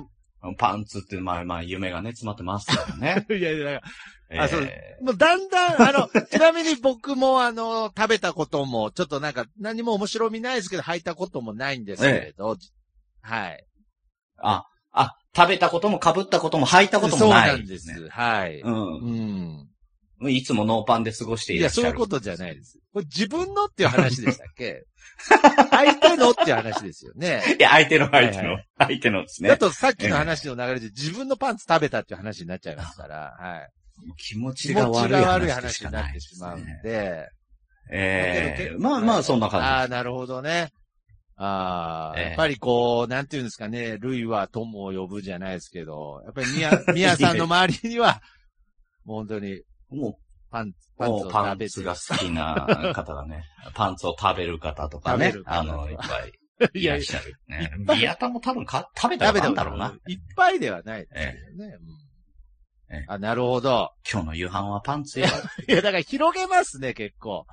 Speaker 2: パンツって、まあまあ、夢がね、詰まってますからね。
Speaker 3: いやいや、だか
Speaker 2: え
Speaker 3: あ
Speaker 2: ー
Speaker 3: そうらもうだんだん、あ の、ちなみに僕もあの、食べたことも、ちょっとなんか、何も面白みないですけど、履いたこともないんですけれど、はい。
Speaker 2: あ、あ、食べたことも被ったことも履いたこともない、
Speaker 3: そうなんです。はい。
Speaker 2: うん。
Speaker 3: うん。
Speaker 2: いつもノーパンで過ごしてい
Speaker 3: い
Speaker 2: ら
Speaker 3: や、
Speaker 2: っし
Speaker 3: そ
Speaker 2: ゃ
Speaker 3: う
Speaker 2: る。
Speaker 3: いうことじゃないです。これ自分のっていう話でしたっけ相手のっていう話ですよね。
Speaker 2: いや、相手の、相手の、
Speaker 3: はいは
Speaker 2: 相手のです
Speaker 3: だ
Speaker 2: ね。
Speaker 3: とさっきの話の流れで自分のパンツ食べたっていう話になっちゃいますから、はい。
Speaker 2: 気持
Speaker 3: 気
Speaker 2: ちが
Speaker 3: 持
Speaker 2: 悪
Speaker 3: ち
Speaker 2: い話
Speaker 3: が悪い
Speaker 2: でし
Speaker 3: 話
Speaker 2: か
Speaker 3: にな
Speaker 2: ない
Speaker 3: って
Speaker 2: で
Speaker 3: し
Speaker 2: す
Speaker 3: まうん
Speaker 2: ね。
Speaker 3: で。だけ
Speaker 2: え
Speaker 3: ど
Speaker 2: え
Speaker 3: 結構
Speaker 2: まあまあ、そんな
Speaker 3: あ
Speaker 2: 感
Speaker 3: あ、なるほどね。ああ、
Speaker 2: ええ
Speaker 3: やっぱりこう、なんていうんですかね、類は友を呼ぶじゃないですけど、やっぱりみや、みやさんの周りには、もう本当に
Speaker 2: じ。も
Speaker 3: パンツ、
Speaker 2: う、
Speaker 3: パンツ
Speaker 2: も
Speaker 3: を
Speaker 2: うパ
Speaker 3: 食
Speaker 2: ン
Speaker 3: べ
Speaker 2: ツ
Speaker 3: て
Speaker 2: が好きな方がね、 パンツを食べる方とか
Speaker 3: 食
Speaker 2: ね
Speaker 3: べる、方
Speaker 2: あの、いっぱい
Speaker 3: い
Speaker 2: いら
Speaker 3: や
Speaker 2: っ
Speaker 3: いや
Speaker 2: しゃる、
Speaker 3: い
Speaker 2: ね
Speaker 3: っ。ぱい
Speaker 2: ビアタも多分か食べた
Speaker 3: 食
Speaker 2: こ
Speaker 3: べ
Speaker 2: とあ
Speaker 3: た
Speaker 2: る
Speaker 3: こ
Speaker 2: ん
Speaker 3: と
Speaker 2: だ
Speaker 3: あ
Speaker 2: ろう
Speaker 3: る
Speaker 2: な。
Speaker 3: いっぱいではないですけどね。うん
Speaker 2: ええ
Speaker 3: あ、なるほど。
Speaker 2: 今日の夕飯はパンツよ。
Speaker 3: いや、だから広げますね、結構。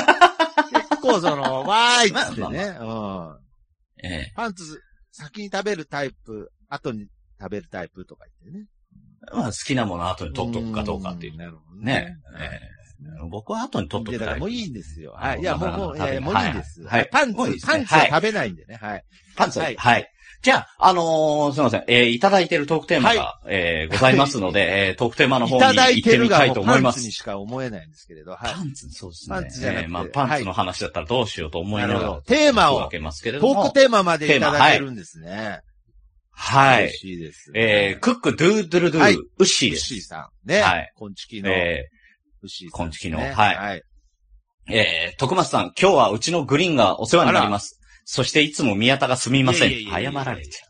Speaker 3: 結構その、わーいっつってね。うん。
Speaker 2: ええ
Speaker 3: パンツ、先に食べるタイプ、後に食べるタイプとか言ってね。
Speaker 2: まあ、好きなものを後に取っとくかどうかってい
Speaker 3: ん
Speaker 2: う。
Speaker 3: なるほど
Speaker 2: ね
Speaker 3: ね。。
Speaker 2: えー僕は後に取っと
Speaker 3: い
Speaker 2: く
Speaker 3: やだか
Speaker 2: からら。
Speaker 3: もういいんですよ。
Speaker 2: あ
Speaker 3: はい。
Speaker 2: の
Speaker 3: いや、も
Speaker 2: な
Speaker 3: う、
Speaker 2: かなか
Speaker 3: もう、いやいやも
Speaker 2: 食
Speaker 3: う
Speaker 2: べない
Speaker 3: いいんです。
Speaker 2: はいはい
Speaker 3: パンツ、
Speaker 2: もういいですね
Speaker 3: パンツは食べないんでね。はい。
Speaker 2: パンツは、
Speaker 3: は
Speaker 2: はいい。じゃあ、あのーすいません。えーいただいてるトークテーマが、
Speaker 3: は
Speaker 2: えーございますの で、えートークテーマの方
Speaker 3: い
Speaker 2: に
Speaker 3: ただい
Speaker 2: 行ってて
Speaker 3: る
Speaker 2: み
Speaker 3: が
Speaker 2: たい
Speaker 3: も
Speaker 2: と
Speaker 3: う
Speaker 2: 思
Speaker 3: パ
Speaker 2: い
Speaker 3: ン
Speaker 2: ま
Speaker 3: ツ
Speaker 2: す
Speaker 3: に。しか思えないんですけれど、はい。
Speaker 2: パンツ、そうですね。
Speaker 3: パンツじゃなくて
Speaker 2: えーまあ、パンツの話だったらどうしようと思いなが
Speaker 3: なるほ
Speaker 2: ら
Speaker 3: ど。テーマを
Speaker 2: 分けますけれ
Speaker 3: ト
Speaker 2: ども。
Speaker 3: ークテーマまでいただけるんですね。
Speaker 2: は
Speaker 3: 嬉
Speaker 2: い。
Speaker 3: しいです。
Speaker 2: えークック、ドゥードゥルドゥ、
Speaker 3: はい
Speaker 2: ウッシー
Speaker 3: ウッ
Speaker 2: です。
Speaker 3: シーさん。ね。
Speaker 2: はい。
Speaker 3: コンチキの、
Speaker 2: え
Speaker 3: ウッシーさん、
Speaker 2: こんちきの
Speaker 3: ね
Speaker 2: はい
Speaker 3: はい。
Speaker 2: ー、えー、徳松さん、今日はうちのグリーンがお世話になります。そしていつも宮田がすみません。
Speaker 3: いえいえいえいえいえ
Speaker 2: 謝られちゃ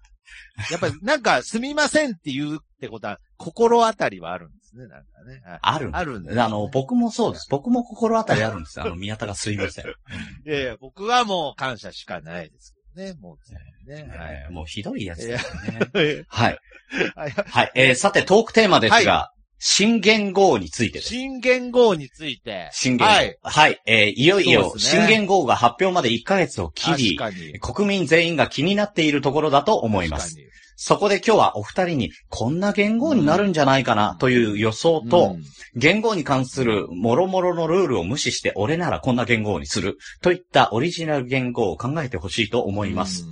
Speaker 2: う。
Speaker 3: やっぱりなんか、すみませんって言うってことは、心当たりはあるんですね。なんかね。はい
Speaker 2: あるんだ
Speaker 3: あるんです、
Speaker 2: あの、僕もそうです。僕も心当たりあるんです。あの、宮田がすいません。
Speaker 3: いやいや、僕はもう感謝しかないですけどね。もう、ね。はい。
Speaker 2: はいもうひどいやつ
Speaker 3: い
Speaker 2: で
Speaker 3: や
Speaker 2: すね。
Speaker 3: はい
Speaker 2: はい。はい。えーさて、トークテーマですが、新元号についてです。
Speaker 3: 新元号について。
Speaker 2: 新元号。
Speaker 3: は
Speaker 2: はい
Speaker 3: い。。
Speaker 2: えーいよい
Speaker 3: そう
Speaker 2: よ、
Speaker 3: です
Speaker 2: 新
Speaker 3: ね
Speaker 2: 元号が発表まで1ヶ月を切
Speaker 3: 確
Speaker 2: り、
Speaker 3: かに。
Speaker 2: 国民全員が気になっているところだと思います。
Speaker 3: 確か
Speaker 2: そこで今日はお二人にこんな元号になるんじゃないかなという予想
Speaker 3: に。
Speaker 2: と、
Speaker 3: うん
Speaker 2: 言語に関する諸々のルールを無視して俺ならこんな言語にするといったオリジナル言語を考えてほしいと思います。。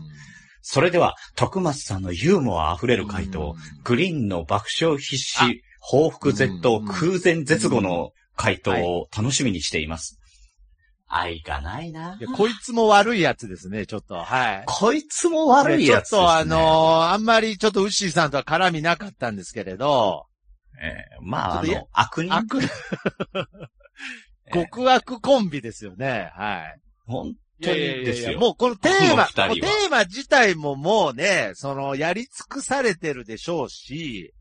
Speaker 2: それでは、徳松さんのユーモア溢れる回答、グリーンの爆笑必
Speaker 3: あ
Speaker 2: 至、報復絶
Speaker 3: う
Speaker 2: 倒、
Speaker 3: ん。
Speaker 2: 空前絶後の回答を楽しみにしています。愛がないない
Speaker 3: やこいつも悪いやつですね、ちょっと。はい。
Speaker 2: こいつも悪いやつです、
Speaker 3: ね。ちょ
Speaker 2: ね。
Speaker 3: っとあのーあんまりちょっとウッシーさんとは絡みなかったんですけれど、
Speaker 2: ええまあ、あ
Speaker 3: ちょっとや
Speaker 2: の、悪人。
Speaker 3: 悪、
Speaker 2: ええ
Speaker 3: 極悪コンビですよね。はい。
Speaker 2: 本
Speaker 3: い
Speaker 2: 当
Speaker 3: や
Speaker 2: に
Speaker 3: いやい
Speaker 2: で
Speaker 3: や
Speaker 2: す
Speaker 3: い
Speaker 2: よ。
Speaker 3: や、もうこのテーマ、
Speaker 2: この二人は
Speaker 3: もうテーマ自体ももうね、その、やり尽くされてるでしょうし、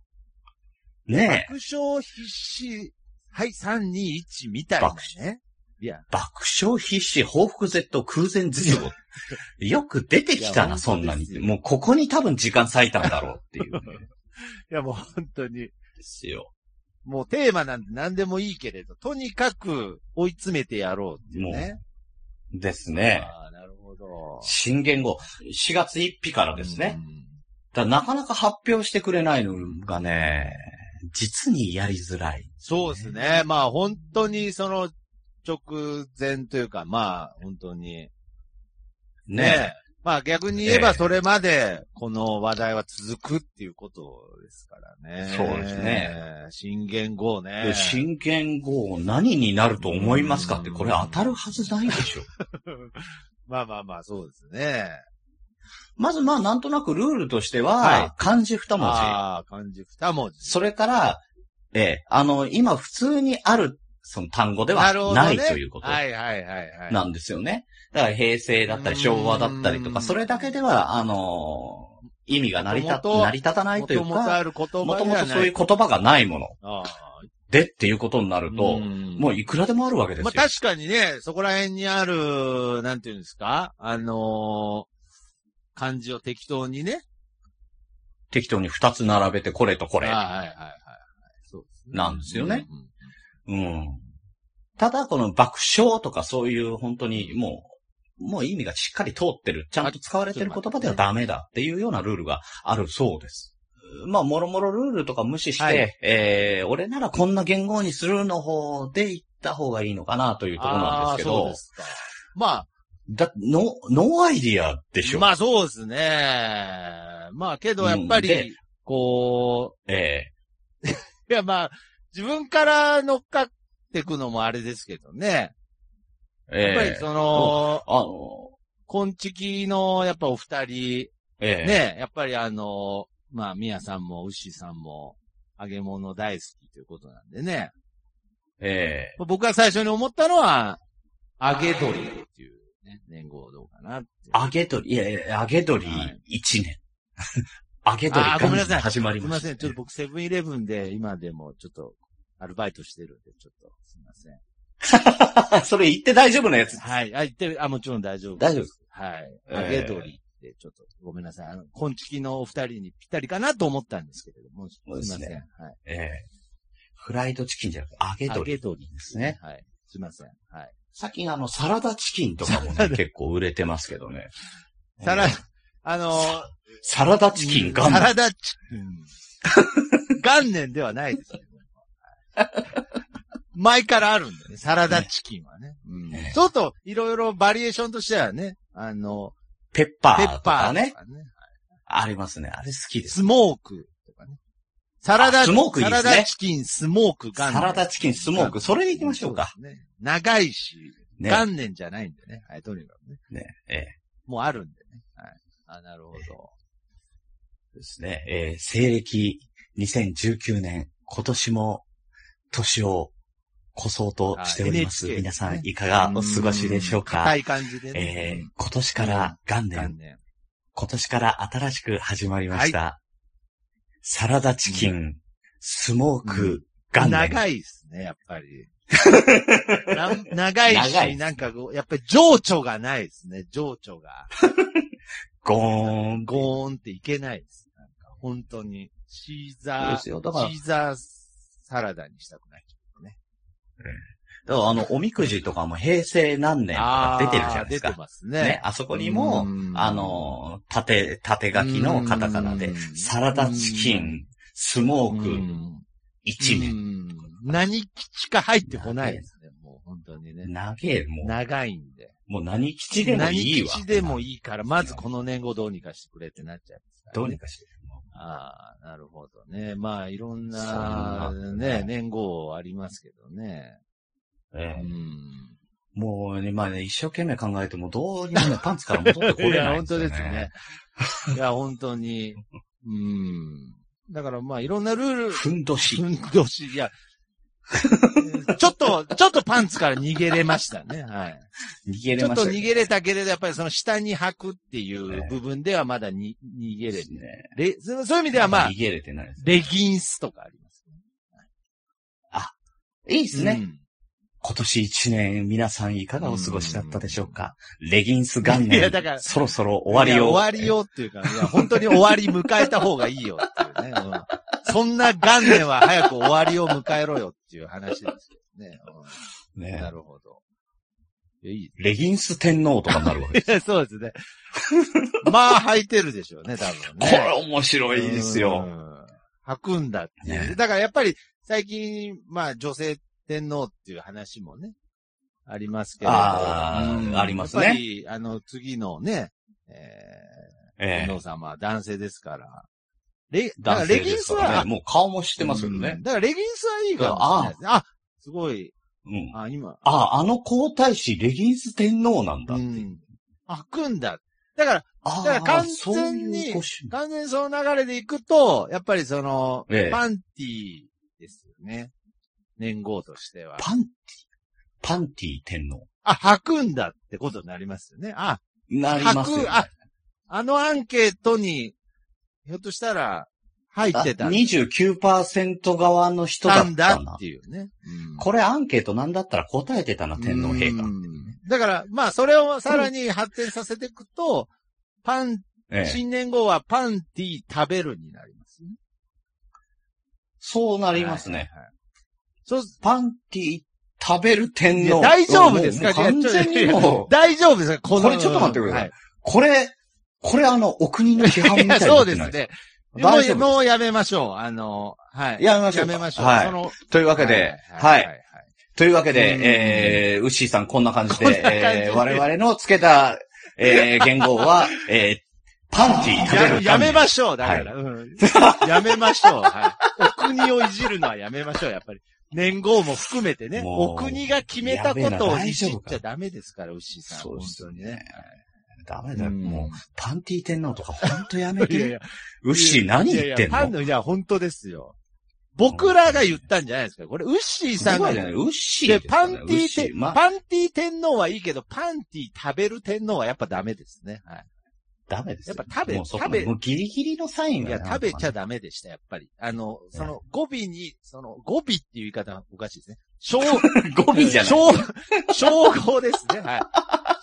Speaker 2: ねえ、
Speaker 3: 爆笑必至、はい、321みたいな
Speaker 2: 爆
Speaker 3: ね。いや、
Speaker 2: 爆笑必至、報復絶倒、空前絶 後。よく出てきた
Speaker 3: いや
Speaker 2: な、そんな
Speaker 3: 本当
Speaker 2: に
Speaker 3: です。よ
Speaker 2: もうここに多分時間割いたんだろうっていう ね、
Speaker 3: いやもう本当に、
Speaker 2: ですよ。
Speaker 3: もうテーマなんて何でもいいけれど、とにかく追い詰めてやろうっていうね。
Speaker 2: ですね。
Speaker 3: ああ、なるほど。
Speaker 2: 新元号、4月1日からですね。
Speaker 3: うん。
Speaker 2: だからなかなか発表してくれないのがね、実にやりづらい。
Speaker 3: そうですね。まあ本当にその直前というか、まあ本当に。
Speaker 2: ねえ。
Speaker 3: まあ逆に言えば
Speaker 2: ええ
Speaker 3: それまでこの話題は続くっていうことですからね。
Speaker 2: そうですね。
Speaker 3: 新元号ね。
Speaker 2: で新元号何になると思いますかって、
Speaker 3: うん
Speaker 2: これ当たるはずないでしょ。
Speaker 3: まあまあまあ、そうですね。
Speaker 2: まずまあなんとなくルールとして
Speaker 3: はい
Speaker 2: は、漢字二文字。
Speaker 3: ああ、漢字二文字。
Speaker 2: それから、ええ、あの、今普通にある、その単語では
Speaker 3: るほど
Speaker 2: ない
Speaker 3: ね
Speaker 2: ということ
Speaker 3: はいはいはいはい。
Speaker 2: なんですよね。だから平成だったり昭和だったりと
Speaker 3: うーん
Speaker 2: か、それだけでは、あの、意味が成り立
Speaker 3: 元々
Speaker 2: 成り立たない
Speaker 3: も
Speaker 2: という
Speaker 3: と
Speaker 2: か、
Speaker 3: もとある言葉では
Speaker 2: も
Speaker 3: な
Speaker 2: ともとそういう
Speaker 3: う。
Speaker 2: 言葉がないもの
Speaker 3: あ
Speaker 2: でっていうことになると、も
Speaker 3: も
Speaker 2: ういくらでもあるわけです
Speaker 3: ま
Speaker 2: よ
Speaker 3: あ。確かにね、そこら辺にある、なんていうんですかあのー漢字を適当にね。
Speaker 2: 適当に二つ並べてこれとこ
Speaker 3: はい
Speaker 2: れ。
Speaker 3: はいはいはい。そうですね
Speaker 2: なんですよね。
Speaker 3: うんうん
Speaker 2: うん。ただ、この爆笑とかそういう本当にもう、もう意味がしっかり通ってる、ちゃんと使われてる言葉ではダメだっていうようなルールがあるそうです。まあ、もろもろルールとか無視して、
Speaker 3: はい
Speaker 2: えー、俺ならこんな言語にするの方で言った方がいいのかなというところなんですけ
Speaker 3: あーそう
Speaker 2: ど
Speaker 3: で、すか。まあ、
Speaker 2: だ、ノー、ノーアイディアでしょ。
Speaker 3: まあそうですね。まあけどやっぱ
Speaker 2: うんで
Speaker 3: り、こ
Speaker 2: え
Speaker 3: う、いやまあ、自分から乗っかってくのもあれですけどね。
Speaker 2: え
Speaker 3: やっぱ
Speaker 2: え
Speaker 3: り
Speaker 2: え
Speaker 3: その、
Speaker 2: あの、
Speaker 3: 昆虫のやっぱお二人、
Speaker 2: ええ
Speaker 3: ね、やっぱりあの、まあ、ミヤさんもウッシーさんも、揚げ物大好きということなんでね。
Speaker 2: ええ
Speaker 3: 僕が最初に思ったのは、揚げ鳥っていうね、年号どうかなっていう。
Speaker 2: 揚げ鳥、いやいや、揚げ鳥
Speaker 3: はい
Speaker 2: 一年。 揚げ鳥
Speaker 3: あーごめんなさい
Speaker 2: 元年始ますり
Speaker 3: い
Speaker 2: ま
Speaker 3: ま
Speaker 2: した
Speaker 3: せん。ちょっと僕セブンイレブンで今でもちょっとアルバイトしてるんで、ちょっとすいません。
Speaker 2: それ言って大丈夫なやつ。
Speaker 3: はい。あ、言ってる、あ、もちろん大丈夫。
Speaker 2: 大丈夫です。
Speaker 3: はい。
Speaker 2: えー
Speaker 3: 揚げ鳥ってちょっとごめんなさい。あの、昆虫のお二人にぴったりかなと思ったんですけれども、すい
Speaker 2: そう
Speaker 3: ま
Speaker 2: です
Speaker 3: せ
Speaker 2: ね
Speaker 3: ん。はい。
Speaker 2: ええフライドチキンじゃなくて揚げ
Speaker 3: 揚
Speaker 2: 鳥。
Speaker 3: げ鳥です
Speaker 2: ね。
Speaker 3: はい。すいません。はい。
Speaker 2: 最近あの、サラダチキンとかもね、結構売れてますけどね。
Speaker 3: サラ
Speaker 2: ええ、
Speaker 3: あのー、
Speaker 2: サラダチキンが
Speaker 3: サラダチキン。元年ではない ですけど。前からあるんだよね。サラダチキンはね。うん
Speaker 2: ね
Speaker 3: ちょっと、いろいろバリエーションとしてはね、あの、
Speaker 2: ペッパ
Speaker 3: ペ
Speaker 2: ー
Speaker 3: ッ
Speaker 2: と
Speaker 3: パー
Speaker 2: か
Speaker 3: とかね
Speaker 2: ね。。ありますね。あれ好きです。
Speaker 3: スモークとかね。サラダ、
Speaker 2: あスモークいいですね
Speaker 3: サラダチキン、スモーク、元年。
Speaker 2: サラダチキン、スモーク。それで行きましょうか。
Speaker 3: そですね。長いし、
Speaker 2: ね。
Speaker 3: 元年じゃないんでね。はい、とにかくね。
Speaker 2: ねええ
Speaker 3: もうあるんでね。はい。あ、なるほど。
Speaker 2: ですね。えー西暦2019年、今年も年を越そうとしております。
Speaker 3: あ NHK
Speaker 2: 皆さんいかがお過ごしでしょうか
Speaker 3: 硬、い感じで
Speaker 2: え
Speaker 3: ね。
Speaker 2: ー今年から元年、
Speaker 3: 元年。
Speaker 2: 今年から新しく始まりました。サラダチキン、スモー
Speaker 3: う
Speaker 2: ク、元年。
Speaker 3: 長いですね、やっ ぱり。な長いし、
Speaker 2: 長いっす
Speaker 3: なんかこう、やっぱり情緒がないですね、情緒が。
Speaker 2: ゴーン。
Speaker 3: ゴーンっていけないです。なんか本当に、シーザ
Speaker 2: そう
Speaker 3: ー、
Speaker 2: ですよ。だから
Speaker 3: シ、ーザーサラダにしたくなっちゃうね。
Speaker 2: だからあの、おみくじとかも平成何年とか出てるじゃないです
Speaker 3: あー出
Speaker 2: か
Speaker 3: て。ます
Speaker 2: ね
Speaker 3: ね。
Speaker 2: あそこにも
Speaker 3: う、ん
Speaker 2: あの、縦、縦書きのカタカナ
Speaker 3: う
Speaker 2: で
Speaker 3: ん、
Speaker 2: サラダチキン、スモ
Speaker 3: う
Speaker 2: ーク、
Speaker 3: ん
Speaker 2: 1
Speaker 3: う
Speaker 2: 年。
Speaker 3: ん何吉か入ってこないですね、もう本当にね。
Speaker 2: 長え、も
Speaker 3: 長いんで。
Speaker 2: う。もう何吉でもいいわ。
Speaker 3: 何吉でも
Speaker 2: い。
Speaker 3: いいから、まずこの年号どうにかしてくれってなっちゃいますからね
Speaker 2: どうにかして。
Speaker 3: ああ、なるほどね。まあ、いろん
Speaker 2: そ
Speaker 3: な、
Speaker 2: んな
Speaker 3: ね、年号ありますけどね。
Speaker 2: え
Speaker 3: う
Speaker 2: え
Speaker 3: ん。
Speaker 2: もうね、まあね、一生懸命考えてもどうにも ね、パンツから戻ってこ
Speaker 3: い
Speaker 2: れな
Speaker 3: や、
Speaker 2: いん
Speaker 3: 本
Speaker 2: ですよ、
Speaker 3: 当
Speaker 2: ね。
Speaker 3: ですよ ね。。いや、本当に。うん。だからまあ、いろんなルール、
Speaker 2: ふんどし
Speaker 3: ふ。んどし、 いや、ちょっと、ちょっとパンツから逃げれましたね。はい。
Speaker 2: 逃げ
Speaker 3: ち
Speaker 2: れ
Speaker 3: ょっ
Speaker 2: ま
Speaker 3: と
Speaker 2: した
Speaker 3: 逃げれたけれど、やっぱりその下に履くっていう
Speaker 2: ね
Speaker 3: 部分ではまだに、逃げれて
Speaker 2: ね。
Speaker 3: れそそういう意味ではまあ
Speaker 2: 逃、げれてないです。
Speaker 3: レギンスとかありますね。
Speaker 2: いいですね。
Speaker 3: うん
Speaker 2: 今年一年、皆さんいかがお過ごしだったでしょうかレギンス元
Speaker 3: いや
Speaker 2: 年
Speaker 3: だから、
Speaker 2: そろそろ終わりを。
Speaker 3: いや終わり
Speaker 2: を。
Speaker 3: よっていうか、いや、本当に終わり迎えた方がいいよっていうね。うんそんな元年は早く終わりを迎えろよっていう話ですよね。うん
Speaker 2: ね
Speaker 3: な、るほど。いやいい
Speaker 2: レギンス天皇とかになるわけです。
Speaker 3: いやそうですね。まあ、履いてるでしょうね、多分
Speaker 2: こ
Speaker 3: ね。
Speaker 2: れ面白いです
Speaker 3: う
Speaker 2: よ。
Speaker 3: ん。履くんだっていう。
Speaker 2: ね
Speaker 3: だからやっぱり、最近、まあ、女性天皇っていう話もね、ありますけれど。
Speaker 2: あー
Speaker 3: うん
Speaker 2: ありますね
Speaker 3: やっぱり、あの、次のね、えー
Speaker 2: え
Speaker 3: 天
Speaker 2: え
Speaker 3: 皇様は男性ですから。レだから
Speaker 2: 男
Speaker 3: レ
Speaker 2: 性
Speaker 3: ギン
Speaker 2: で
Speaker 3: ス
Speaker 2: す
Speaker 3: は、
Speaker 2: からね。もう顔も知ってますよ
Speaker 3: う
Speaker 2: ね
Speaker 3: ん。だからレギンスはいいかもしれないですね。あすごい。
Speaker 2: うん。
Speaker 3: あ、今。
Speaker 2: あ、あの皇太子、レギンス天皇なんだ
Speaker 3: う
Speaker 2: って。
Speaker 3: ん。履くんだ。だから、
Speaker 2: あ
Speaker 3: だ
Speaker 2: あ、
Speaker 3: から完全に
Speaker 2: そういうご趣味
Speaker 3: 完全にその流れでいくと、やっぱりその、
Speaker 2: ええ
Speaker 3: パンティですよね。年号としては。
Speaker 2: パンティ、パンティ天皇。
Speaker 3: あ、履くんだってことになりますよね。あ、
Speaker 2: なりますよ、
Speaker 3: 履く、あ、あのアンケートに、ひょっとしたら、入ってたん
Speaker 2: 29%側の人だ
Speaker 3: だ
Speaker 2: っ
Speaker 3: ん
Speaker 2: た
Speaker 3: だ
Speaker 2: な
Speaker 3: って。いうね。うん
Speaker 2: これアンケートなんだったら答えてたな、天皇陛下
Speaker 3: う。んだから、まあ、それをさらに発展させていくと、パン、
Speaker 2: ええ、
Speaker 3: 新年号はパンティ食べるになりますね。
Speaker 2: そうなります
Speaker 3: はい
Speaker 2: ね。
Speaker 3: はいはい。そう、
Speaker 2: パンティ食べる天
Speaker 3: いや
Speaker 2: 皇。
Speaker 3: 大丈夫ですか
Speaker 2: もう完全にもう、
Speaker 3: 大丈夫ですかこの。
Speaker 2: これちょっと待ってくださいこれ、これあの、お国の批判
Speaker 3: は
Speaker 2: み
Speaker 3: い、い
Speaker 2: たいに
Speaker 3: や、
Speaker 2: な
Speaker 3: そ
Speaker 2: っ
Speaker 3: う
Speaker 2: て
Speaker 3: で
Speaker 2: ない
Speaker 3: すね。も
Speaker 2: 大丈
Speaker 3: う、
Speaker 2: 夫
Speaker 3: もうやめましょう。あの、はい。
Speaker 2: やめましょうか
Speaker 3: やめましょう。
Speaker 2: はい
Speaker 3: その、
Speaker 2: というわけで、はい。というわけで
Speaker 3: う、ん
Speaker 2: えー、ウッシーさんこんな感じで、
Speaker 3: こんな感じで
Speaker 2: えー我々のつけた、えー、言語は、えー、パンティ食べる
Speaker 3: ややめ
Speaker 2: す。
Speaker 3: ましょう、だから。うんやめましょう。はい。お国をいじるのはやめましょう、やっぱり。年号も含めてね。
Speaker 2: もう
Speaker 3: お国が決めたこ
Speaker 2: やべえな
Speaker 3: とをい
Speaker 2: 大
Speaker 3: じ
Speaker 2: 丈
Speaker 3: っ
Speaker 2: 夫か
Speaker 3: ちゃダメですから、牛さん。
Speaker 2: そうですよ
Speaker 3: 本当にね。
Speaker 2: ダメだよ、
Speaker 3: うん
Speaker 2: もう、パンティ天皇とかほんとやめ
Speaker 3: いやい
Speaker 2: て。
Speaker 3: や
Speaker 2: ウッシー何言っ
Speaker 3: いや
Speaker 2: て
Speaker 3: い
Speaker 2: ん
Speaker 3: やファン
Speaker 2: の
Speaker 3: の、いや、本当ですよ。僕らが言ったんじゃないですか。これ、ウッシーさん
Speaker 2: 僕
Speaker 3: が。
Speaker 2: はじゃないウッシー
Speaker 3: で、
Speaker 2: ですか
Speaker 3: パ
Speaker 2: らね
Speaker 3: ンティー
Speaker 2: ウッシ
Speaker 3: て、
Speaker 2: ーまあ、
Speaker 3: パンティー天皇はいいけど、パンティー食べる天皇はやっぱダメですね。はい。
Speaker 2: ダメですよ。
Speaker 3: やっぱ食べ
Speaker 2: もうそこ
Speaker 3: 食べ
Speaker 2: もうギリギリのサイン
Speaker 3: い
Speaker 2: が
Speaker 3: や、食べちゃ
Speaker 2: だ。
Speaker 3: ダメでした、やっぱり。あの、その、語尾に、その、語尾っていう言い方はおかしいで すね。称、
Speaker 2: 語尾じゃない。
Speaker 3: 称、称号ですね。はい。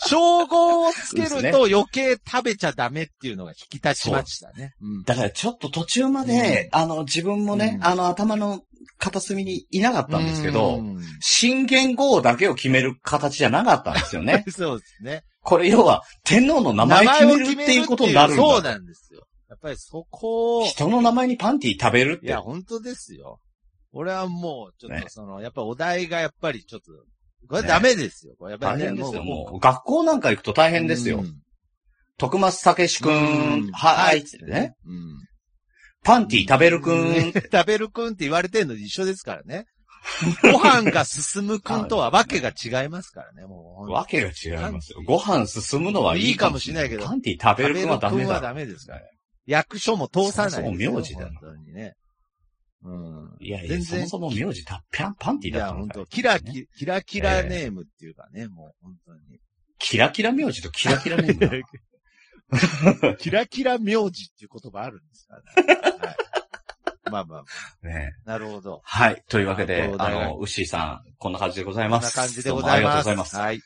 Speaker 3: 称号をつけ
Speaker 2: そう
Speaker 3: る
Speaker 2: で
Speaker 3: と余計食べちゃダメっていうのが引き立ちましたね。うん。
Speaker 2: だからちょっと途中まで、あの、自分もね、
Speaker 3: うん
Speaker 2: あの、頭の片隅にいなかったんですけ
Speaker 3: う
Speaker 2: ど、
Speaker 3: ん。
Speaker 2: 新元号だけを決める形じゃなかったんですよね
Speaker 3: そうですね。
Speaker 2: これ要は、天皇の名前決めるっていうことになるんだ。
Speaker 3: そうなんですよ。やっぱりそこを、い
Speaker 2: 人の名前にパンティ食べるって
Speaker 3: や、。本当ですよ。俺はもう、ちょっ
Speaker 2: ね
Speaker 3: とその、やっぱお題がやっぱりちょっと、これ
Speaker 2: ね
Speaker 3: ダメですよ。これやっぱ
Speaker 2: 大
Speaker 3: りね、
Speaker 2: 変ですよ。もう、学校なんか行くと大変です
Speaker 3: う
Speaker 2: よ。
Speaker 3: ん
Speaker 2: 徳松武志く、
Speaker 3: うんん
Speaker 2: はい、つってね。。
Speaker 3: うん
Speaker 2: パンティ食べるくん、
Speaker 3: 食べるくんって言われてんのと一緒ですからね。ご飯が進むく んとはわけが違いますからね、もう。
Speaker 2: わけが違いますよ。ご飯進むのはい
Speaker 3: い
Speaker 2: い
Speaker 3: い
Speaker 2: か
Speaker 3: か
Speaker 2: も
Speaker 3: も
Speaker 2: し
Speaker 3: し
Speaker 2: れな
Speaker 3: れな
Speaker 2: け
Speaker 3: いい
Speaker 2: ど。
Speaker 3: けど
Speaker 2: パンティ食べるくんはダメ
Speaker 3: 食べる君
Speaker 2: だ。
Speaker 3: はダメですから役所も通さないですよ。
Speaker 2: そもそも名字だ
Speaker 3: 本当にね。うん。
Speaker 2: いやいや、
Speaker 3: 全
Speaker 2: そ
Speaker 3: 然
Speaker 2: もそも名字た、パン、パンテ
Speaker 3: い
Speaker 2: ィだっ
Speaker 3: や、
Speaker 2: たの
Speaker 3: 本
Speaker 2: か
Speaker 3: 当キラキ、キラキラネームっていうかね、もう本当に。
Speaker 2: キラキラ名字とキラキラネームだな
Speaker 3: キラキラ名字っていう言葉あるんですから、ね。はい。まあまあ、
Speaker 2: ね
Speaker 3: なるほど。
Speaker 2: はい。というわけで、
Speaker 3: あ
Speaker 2: あ
Speaker 3: どうだい
Speaker 2: の、ウッシーさん、こんな感じでござい
Speaker 3: こ
Speaker 2: ま
Speaker 3: んな
Speaker 2: す。
Speaker 3: 感じでござい
Speaker 2: どうも
Speaker 3: ます。
Speaker 2: ありがとうございます。
Speaker 3: はい。